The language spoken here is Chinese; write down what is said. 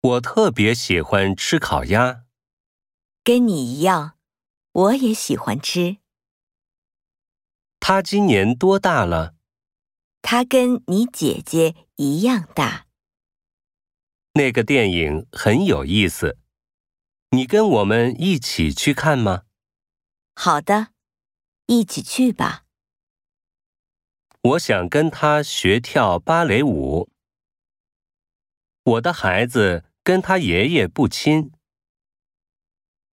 我特别喜欢吃烤鸭。跟你一样，我也喜欢吃。他今年多大了？他跟你姐姐一样大。那个电影很有意思，你跟我们一起去看吗？好的，一起去吧。我想跟他学跳芭蕾舞。我的孩子跟他爷爷不亲。